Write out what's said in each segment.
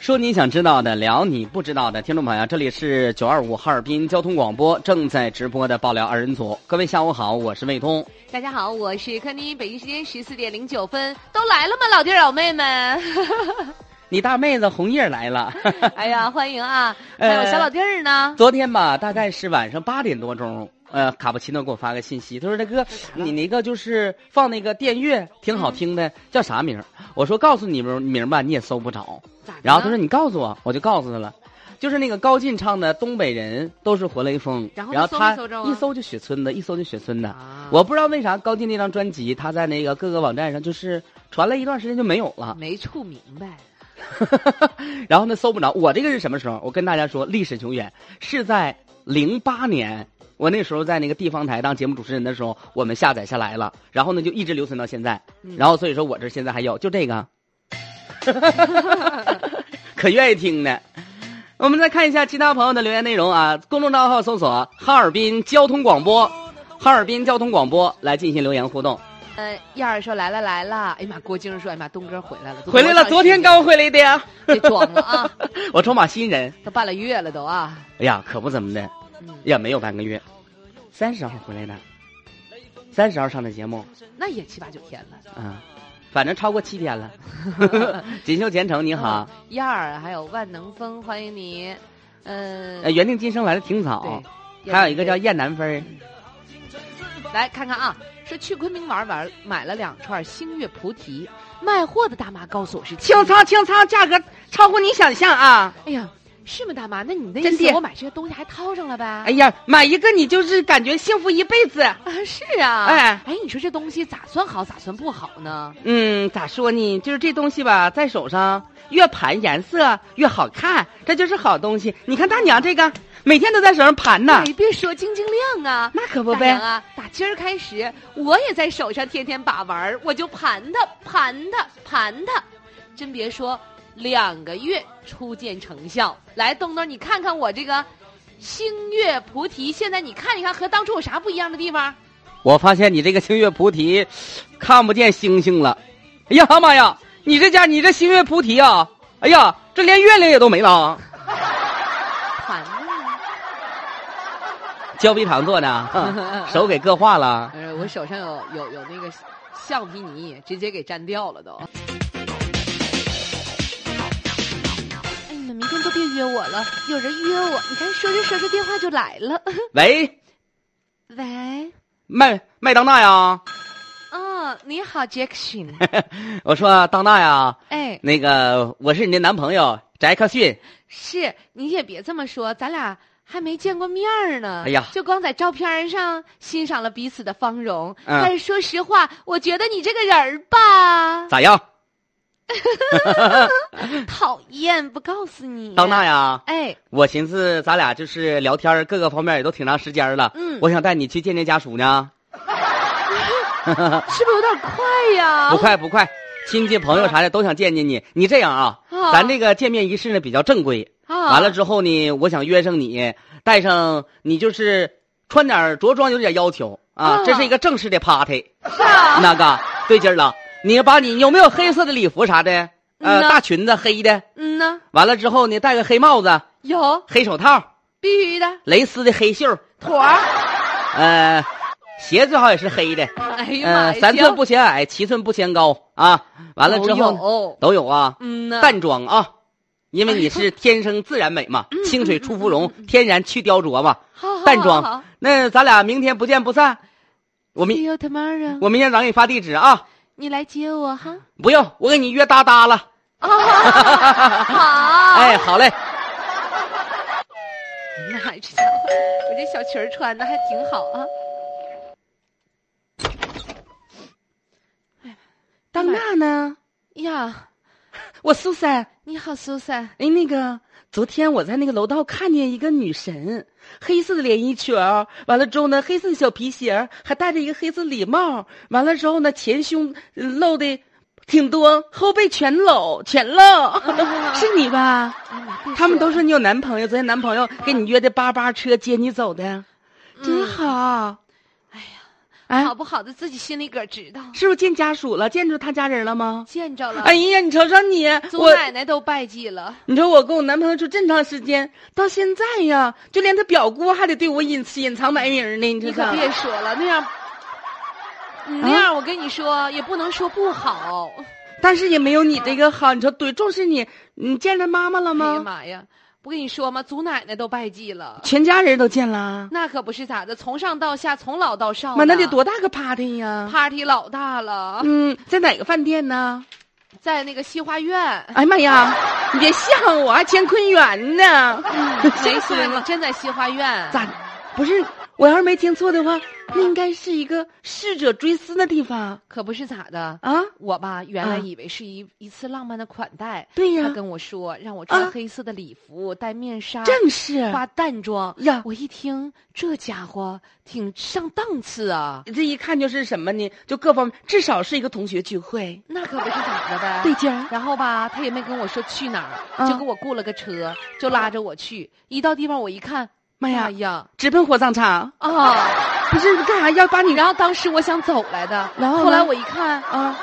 说你想知道的，聊你不知道的，听众朋友，这里是九二五哈尔滨交通广播正在直播的爆料二人组。各位下午好，我是卫通。大家好，我是昆汀，北京时间十四点零九分，都来了吗，老弟儿老妹 们？你大妹子红叶来了， 哎呀，欢迎啊！呃还有小老弟儿呢，昨天吧，大概是晚上八点多钟，呃，卡布奇诺给我发个信息，他说：“大哥，你那个就是放那个电乐，挺好听的，叫啥名儿？”我说：“告诉你们名儿吧，你也搜不着。咋的”然后他呢说：“你告诉我。”我就告诉他了，就是那个高进唱的《东北人都是活雷锋》，然然后他搜没搜着啊一搜就雪村的，一搜就雪村的。啊我不知道为啥高进那张专辑，他在那个各个网站上就是传了一段时间就没有了。没处明白，然后呢，搜不着。我这个是什么时候？我跟大家说，历史久远，是在零八年。我那时候在那个地方台当节目主持人的时候，我们下载下来了，然后呢就一直流传到现在。嗯然后所以说我这现在还有，就这个， 可愿意听呢。我们再看一下其他朋友的留言内容啊，公众账号搜索“哈尔滨交通广播”，哈尔滨交通广播来进行留言互动。呃，燕儿说来了来了，哎呀妈，郭晶说，哎呀妈，东哥回来了，回来了，昨天刚回来的呀， 被撞了啊，我筹码新人，都半个月了都啊，哎呀，可不怎么的。嗯，也没有半个月，三十号回来的，三十号上的节目，那也七八九天了。啊，反正超过七天 了。锦绣前程，你好，嗯，燕儿还有万能风，欢迎你，嗯呃，，缘定今生来的挺对早，，还有一个叫燕燕南飞儿，儿来看看啊，说去昆明玩玩，买了两串星月菩提，卖货的大妈告诉我是清仓清仓，价格超乎你想象啊！哎呀，是吗，大妈？那你的真意思的我买这些东西还套上了呗？哎呀，买一个你就是感觉幸福一辈子。啊，是啊，哎哎，你说这东西咋算好，咋算不好呢？嗯，咋说呢？就是这东西吧，在手上越盘颜色越好看，这就是好东西。你看大娘这个，每天都在手上盘呢哎，，别说晶晶亮啊，那可不大呗娘。啊，打今儿开始，我也在手上天天把玩儿，我就盘它，盘它，盘它，真别说，两个月初见成效。来，东东，你看看我这个星月菩提，现在你看一看和当初有啥不一样的地方？我发现你这个星月菩提，看不见星星了。哎呀妈呀！你这家你这星月菩提啊，哎呀，这连月亮也都没了啊。盘它。胶皮糖做的， 哼手给硌化了。呃，我手上有有有那个橡皮泥，直接给粘掉了都。哎，你们明天都别约我了，有人约我，你看说着说着电话就来了。喂，喂，麦麦当娜呀，哦，你好，Jackson。 我说当娜呀，哎，那个我是你的男朋友翟克逊。是，你也别这么说，咱俩还没见过面儿呢。哎呀就光在照片上欣赏了彼此的芳容，嗯但是说实话，我觉得你这个人儿吧，咋样，讨厌，不告诉你。当娜呀？哎，我寻思咱俩就是聊天儿各个方面也都挺长时间了，嗯我想带你去见见家属呢。是不是有点快呀？不快不快，亲戚朋友啥的都想见见你。你这样啊，啊咱这个见面仪式呢比较正规。啊！完了之后呢，我想约上你，带上你就是穿点儿着装有点要求啊啊，这是一个正式的 party。是啊，那个对劲儿了，你把你有没有黑色的礼服啥的？嗯呃，呐大裙子黑的，嗯呢，完了之后呢，戴个黑帽子、有黑手套、必须的蕾丝的黑袖，坨儿。呃，鞋最好也是黑的，哎呀妈呃，呀，三寸行不嫌矮，七寸不嫌高啊。完了之后呢都有都有啊，嗯呢，淡妆啊，因为你是天生自然美嗯嘛，清水出芙蓉，天然去雕琢嘛。好好淡妆好好那咱俩明天不见不散。我 See 明 you tomorrow，我明天早上给你发地址啊，你来接我哈。不用，我给你约哒哒了。 啊，好，哎，好嘞，妈呀，这家伙，我这小裙儿穿的还挺好啊。当娜呢？呀，我苏珊，你好，Susan。哎，那个昨天我在那个楼道看见一个女神，黑色的连衣裙儿，完了之后呢，黑色的小皮鞋儿，还戴着一个黑色礼帽，完了之后呢，前胸呃露的挺多，后背全露，全露，啊是你吧？哎妈别他们都了说你有男朋友，昨天男朋友跟你约的八八车接你走的，真嗯好。哎好不好的自己心里个儿知道。是不是见家属了？见着他家人了吗？见着了，哎呀，你瞅瞅你，祖我奶奶都拜祭了，你说我跟我男朋友处这么长时间，到现在呀，就连他表姑还得对我隐隐藏埋名呢，你你知可道？啊别说了，那样，你那样我跟你说也不能说不好。但是也没有你这个好，你说对，重视你，你见着妈妈了哎呀吗？妈呀，不跟你说吗？祖奶奶都拜祭了，全家人都见了，那可不是咋的，从上到下，从老到少呢，妈，那得多大个 party 呀？ party 老大了，嗯，在哪个饭店呢？在那个西花苑。哎呀妈呀，你别吓我，还乾坤园呢， 没吓死错人，了！真在西花苑。咋？不是，我要是没听错的话，那应该是一个逝者追思的地方可不是咋的，啊。我吧原来啊以为是一、一次浪漫的款待。对哎呀他跟我说让我穿啊黑色的礼服，戴面纱，正是化淡妆。呀我一听这家伙挺上档次啊，这一看就是什么呢？就各方面，至少是一个同学聚会，那可不是咋的呗。对劲儿。然后吧，他也没跟我说去哪儿，啊就给我雇了个车，就拉着我去。一到地方我一看，妈哎呀，呀直奔火葬场！啊！不是干啥要把你然后当时我想走来的，然后呢后来我一看，啊？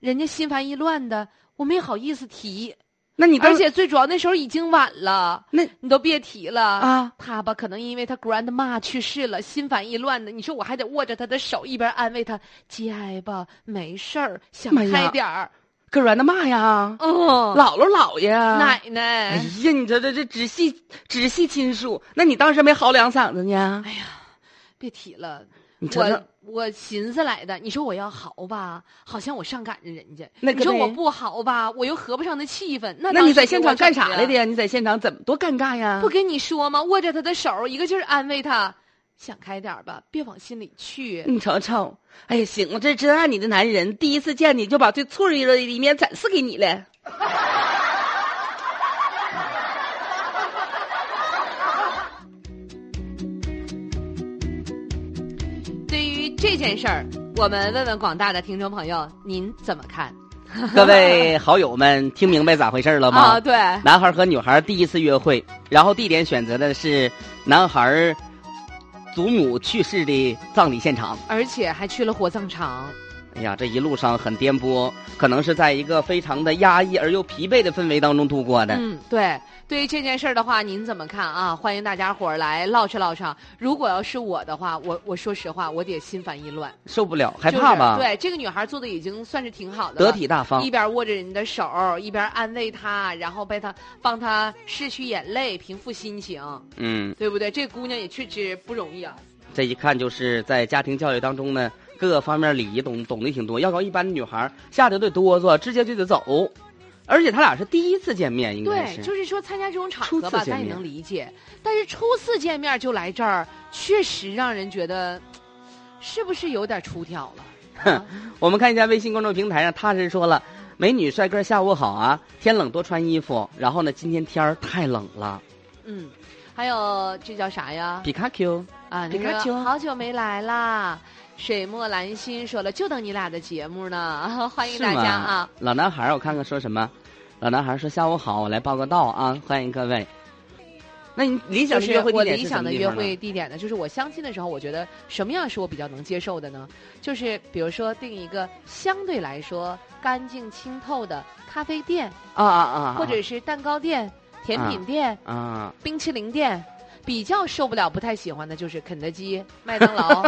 人家心烦意乱的，我没好意思提，那你当而且最主要那时候已经晚了，那你都别提了啊！他吧，可能因为他 grandma 去世了，心烦意乱的。你说我还得握着他的手，一边安慰他：“节哀吧，没事儿，想妈呀开点儿。可软的骂呀”，嗯，姥姥姥爷啊奶哎奶，呀，你这这这直系直系亲属，那你当时没嚎两嗓子呢？别提了。你瞅瞅我，我寻思来的，你说我要豪吧，好像我上赶着人家；那你可说得我不豪吧，我又合不上那气氛。那那当你时在给现我场干整啥的来的呀？你在现场怎么多尴尬呀？不跟你说吗？握着他的手，一个劲儿安慰他，想开点儿吧，别往心里去。你瞅瞅，哎呀，行，我这真爱你的男人，第一次见你就把最脆弱的一面展示给你 了。对于这件事儿，我们问问广大的听众朋友，您怎么看？各位好友们，听明白咋回事了吗？啊，对，男孩和女孩第一次约会，然后地点选择的是男孩祖母去世的葬礼现场。而且还去了火葬场，哎呀，这一路上很颠簸，可能是在一个非常的压抑而又疲惫的氛围当中度过的。嗯，对，对于这件事儿的话，您怎么看啊？欢迎大家伙儿来唠扯唠扯。如果要是我的话，我我说实话，我得心烦意乱，受不了，害怕吧？就是对，这个女孩做的已经算是挺好的了，得体大方一。边握着人的手儿，一边安慰她，然后被她帮她拭去眼泪，平复心情，嗯，对不对？这姑娘也确实不容易啊。这一看就是在家庭教育当中呢，各个方面礼仪懂懂得挺多。要搞一般的女孩吓得得哆嗦，直接就得走。而且他俩是第一次见面，应该对，是。就是说参加这种场初合次吧，见咱也面能理解。但是初次见面就来这儿，确实让人觉得，是不是有点出挑 了？啊我们看一下微信公众平台上，他是说了：“美女帅哥，下午好啊！天冷多穿衣服。然后呢，今天天儿太冷了。嗯，还有这叫啥呀？皮卡丘，啊，那皮个卡丘好久没来啦。水墨兰心说了，就等你俩的节目呢， 欢迎大家啊！是吗老男孩儿，我看看说什么？老男孩儿说：“下午好，我来报个到啊，欢迎各位。”那你理想就是的约会我地点理是想什么的地约方呢会地点呢，就是我相亲的时候，我觉得什么样是我比较能接受的呢？就是比如说定一个相对来说干净清透的咖啡店，啊啊啊啊！或者是蛋糕店、甜品店、啊，冰淇淋店。比较受不了、不太喜欢的就是肯德基、 麦当 劳，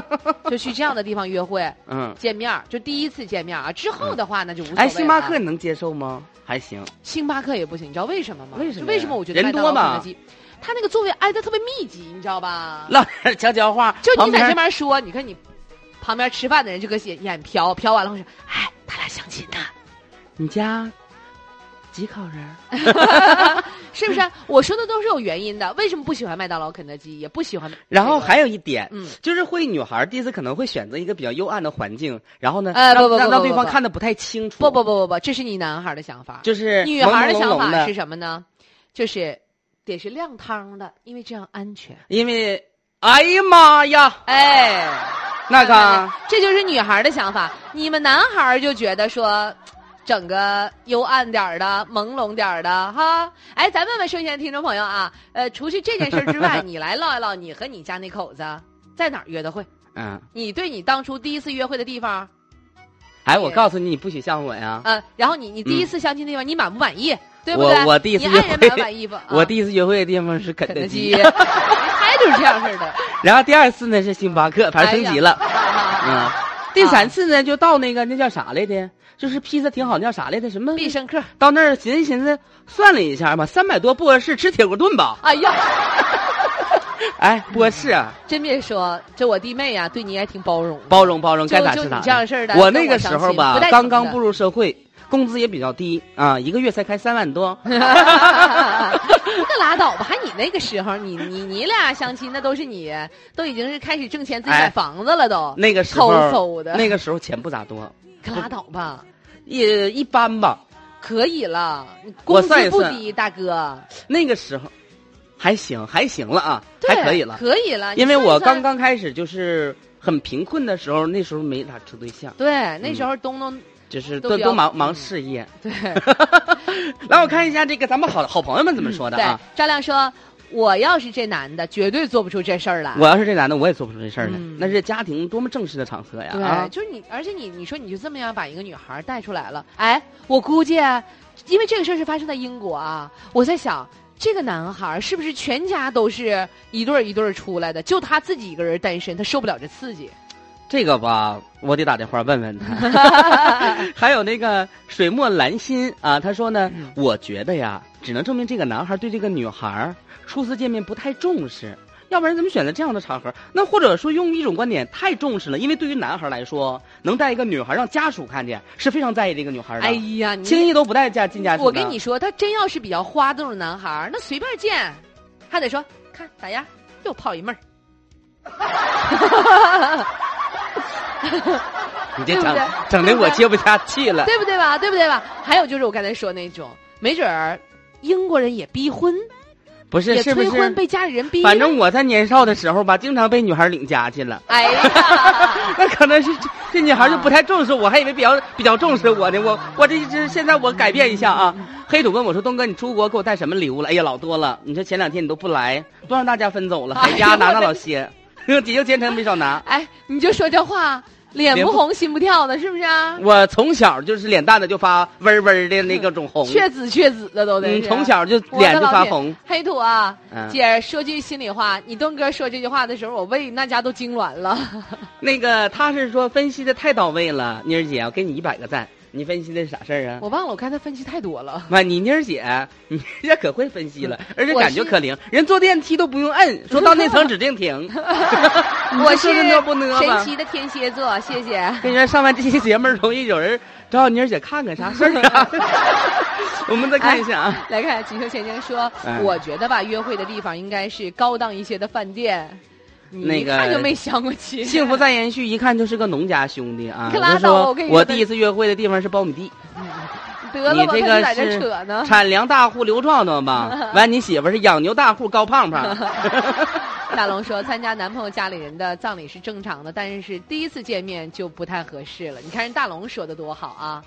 就去这样的地方约会嗯，见面儿，就第一次见面儿啊。之后的话那就无所谓了。哎，星巴克你能接受吗？还行，星巴克也不行，你知道为什么吗？为什么就呀为什么我觉得人麦当劳多吧肯德基，它那个座位挨得特别密集，你知道吧？唠点悄悄话，就旁你在边这边说，你看你旁边吃饭的人就搁眼眼瞟，瞟完了会说，哎，他俩相亲呢，你家几口人儿？是 不是啊、我说的都是有原因的，为什么不喜欢麦当劳、肯德基，也不喜欢这个？然后还有一点，嗯就是会女孩儿第一次可能会选择一个比较幽暗的环境，然后呢，哎让不不不让不让不对方不看的不太清楚。不不不不不，这是你男孩的想法，就是女孩朦朦想胧胧法的是什么呢？就是得是亮汤的，因为这样安全。因为，哎呀 妈呀，哎。那看个看，这就是女孩的想法。你们男孩儿就觉得说，整个幽暗点儿的、朦胧点儿的，哈。哎，咱问问收音机前的听众 朋友啊，呃，除去这件事儿之外，你来唠一唠，你和你家那口子在哪儿约的会？嗯，你对你当初第一次约会的地方，哎，我告诉你，你不许吓唬我呀！嗯，然后你你第一次相亲的地方，你满不满意？对不我对？我第一次你爱约人会满不满 意不？啊我第一次约会的地方是肯肯德德基，还就是这样似的。 然后第二次呢是星巴哎克，反正升级了。啊 嗯，第三次呢就到那个那叫啥来着？就是披萨挺好，那叫啥来着？什么？必胜客。到那儿寻思寻思，算了一下吧，三百多不合适，吃铁锅炖吧。哎呀，哎，不合适啊， 真别说，这我弟妹呀、对你也挺包容的。包容包容，就该咋就吃咋你。这样式儿的我跟那个时相候亲吧不带，刚疼刚的 步入社会，工资也比较低啊，一个月才开三万多。那拉倒吧，还你那个时候，你你你俩相亲，那都是你都已经是开始挣钱自己哎买房子了都，那个时偷候，搜的，那个时候钱不咋多，可拉倒吧，也一般吧。可以了，你我工算资一不算低，大哥，那个时候还行，还行了啊，对还可以了。可以了，因为你算我一算刚刚开始就是很贫困的时候，那时候没咋处对象，对那嗯时候东东就是都都比都较忙忙嗯事业。对来，我看一下这个咱们好好朋友们怎么说的嗯对啊。张亮说，我要是这男的，绝对做不出这事儿来。我要是这男的，我也做不出这事儿来嗯。那是家庭多么正式的场合呀！啊对，，就是你，而且你，你说你就这么样把一个女孩带出来了，哎，我估计，啊因为这个事儿是发生在英国啊，我在想。这个男孩是不是全家都是一对儿一对儿出来的，就他自己一个人单身，他受不了这刺 激。这个吧，我得打电话问问他。 还有那个水墨兰心啊，他说呢，嗯我觉得呀，只能证明这个男孩对这个女孩儿初次见面不太重视，要不然怎么选择这样的场合？那或者说用一种观点，太重视了，因为对于男孩来说，能带一个女孩让家属看见是非常在意这个女孩的，哎呀，你轻易都不带家进家属的。我跟你说，他真要是比较花的那种男孩儿，那随便见，还得说看咋样，又泡一妹儿， 你这对整不对整的对不我对接不下气了。对不对吧？对不对吧？还有就是我刚才说那种，没准儿英国人也逼婚，不是，也是不催婚，是？被家里人逼。反正我在年少的时候吧，经常被女孩领家去了。 哎呀， 那可能是这这女孩就不太重视我，还以为比较啊比较重视我呢。我我这这现在我改变一下啊。黑主问我说：“东哥，你出国给我带什么礼物了？”哎呀，老多了。你说前两天你都不来，都让大家 分走了，哎还呦家拿那老 些，解忧前程没少拿。哎，你就说这话，脸脸不不红心不跳的，是不是啊？我从小就是脸蛋子就发微微的那个种红，缺子缺子的都得嗯，是。啊从小就我的脸就老发铁红。黑土啊，嗯，姐儿说句心里话，你东哥说这句话的时候，我胃那家都痉挛了。那个他是说分析的太到位了，妮儿姐，我给你一百个赞。你分析的是啥事儿啊？我忘了，我看他分析太多 了。妈，你妮儿姐，你 这可会分析了，而且我感觉是可灵，人坐电梯都不用摁，说到那层指 定停。 我是说的呢不呢吧神？奇的天蝎座，谢谢。跟你说，上完这期节目，容易有人找妮儿姐看看啥事儿啊？ 我们再看一下啊，哎来看锦绣前程说，哎我觉得吧，约会的地方应该是高档一些的饭店。你那一个看就没相过亲，幸福再延续，一看就是个农家兄弟哎啊。你可拉他倒吧说我跟你说我第一次约会的地方是苞米地，得了吧？你他这个就在这是扯呢。产粮大户刘壮 壮吧。完，你媳妇儿是养牛大户高胖胖。大龙说，参加男朋友家里人的葬礼是正常的，但是第一次见面就不太合适了。你看人大龙说的多好啊，